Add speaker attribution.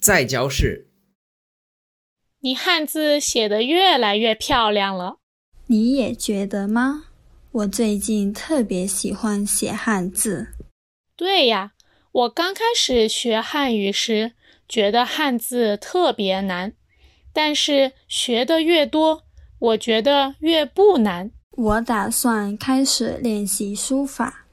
Speaker 1: 再教室，
Speaker 2: 你汉字写得越来越漂亮了。
Speaker 3: 你也觉得吗？我最近特别喜欢写汉字。
Speaker 2: 对呀，我刚开始学汉语时觉得汉字特别难，但是学的越多，我觉得越不难。
Speaker 3: 我打算开始练习书法。